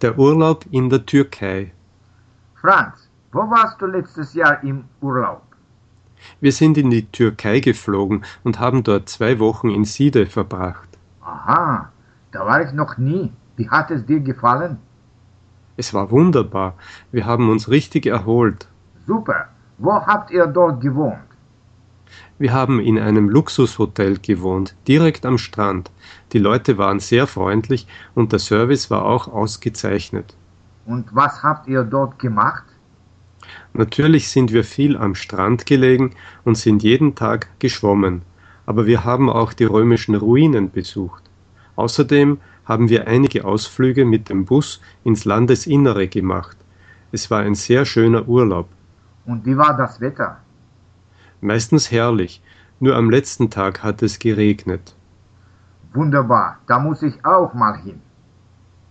Der Urlaub in der Türkei. Franz, wo warst du letztes Jahr im Urlaub? Wir sind in die Türkei geflogen und haben dort zwei Wochen in Side verbracht. Aha, da war ich noch nie. Wie hat es dir gefallen? Es war wunderbar. Wir haben uns richtig erholt. Super. Wo habt ihr dort gewohnt? Wir haben in einem Luxushotel gewohnt, direkt am Strand. Die Leute waren sehr freundlich und der Service war auch ausgezeichnet. Und was habt ihr dort gemacht? Natürlich sind wir viel am Strand gelegen und sind jeden Tag geschwommen, aber wir haben auch die römischen Ruinen besucht. Außerdem haben wir einige Ausflüge mit dem Bus ins Landesinnere gemacht. Es war ein sehr schöner Urlaub, Und wie war das Wetter? meistens herrlich, nur am letzten Tag hat es geregnet. Wunderbar, da muss ich auch mal hin.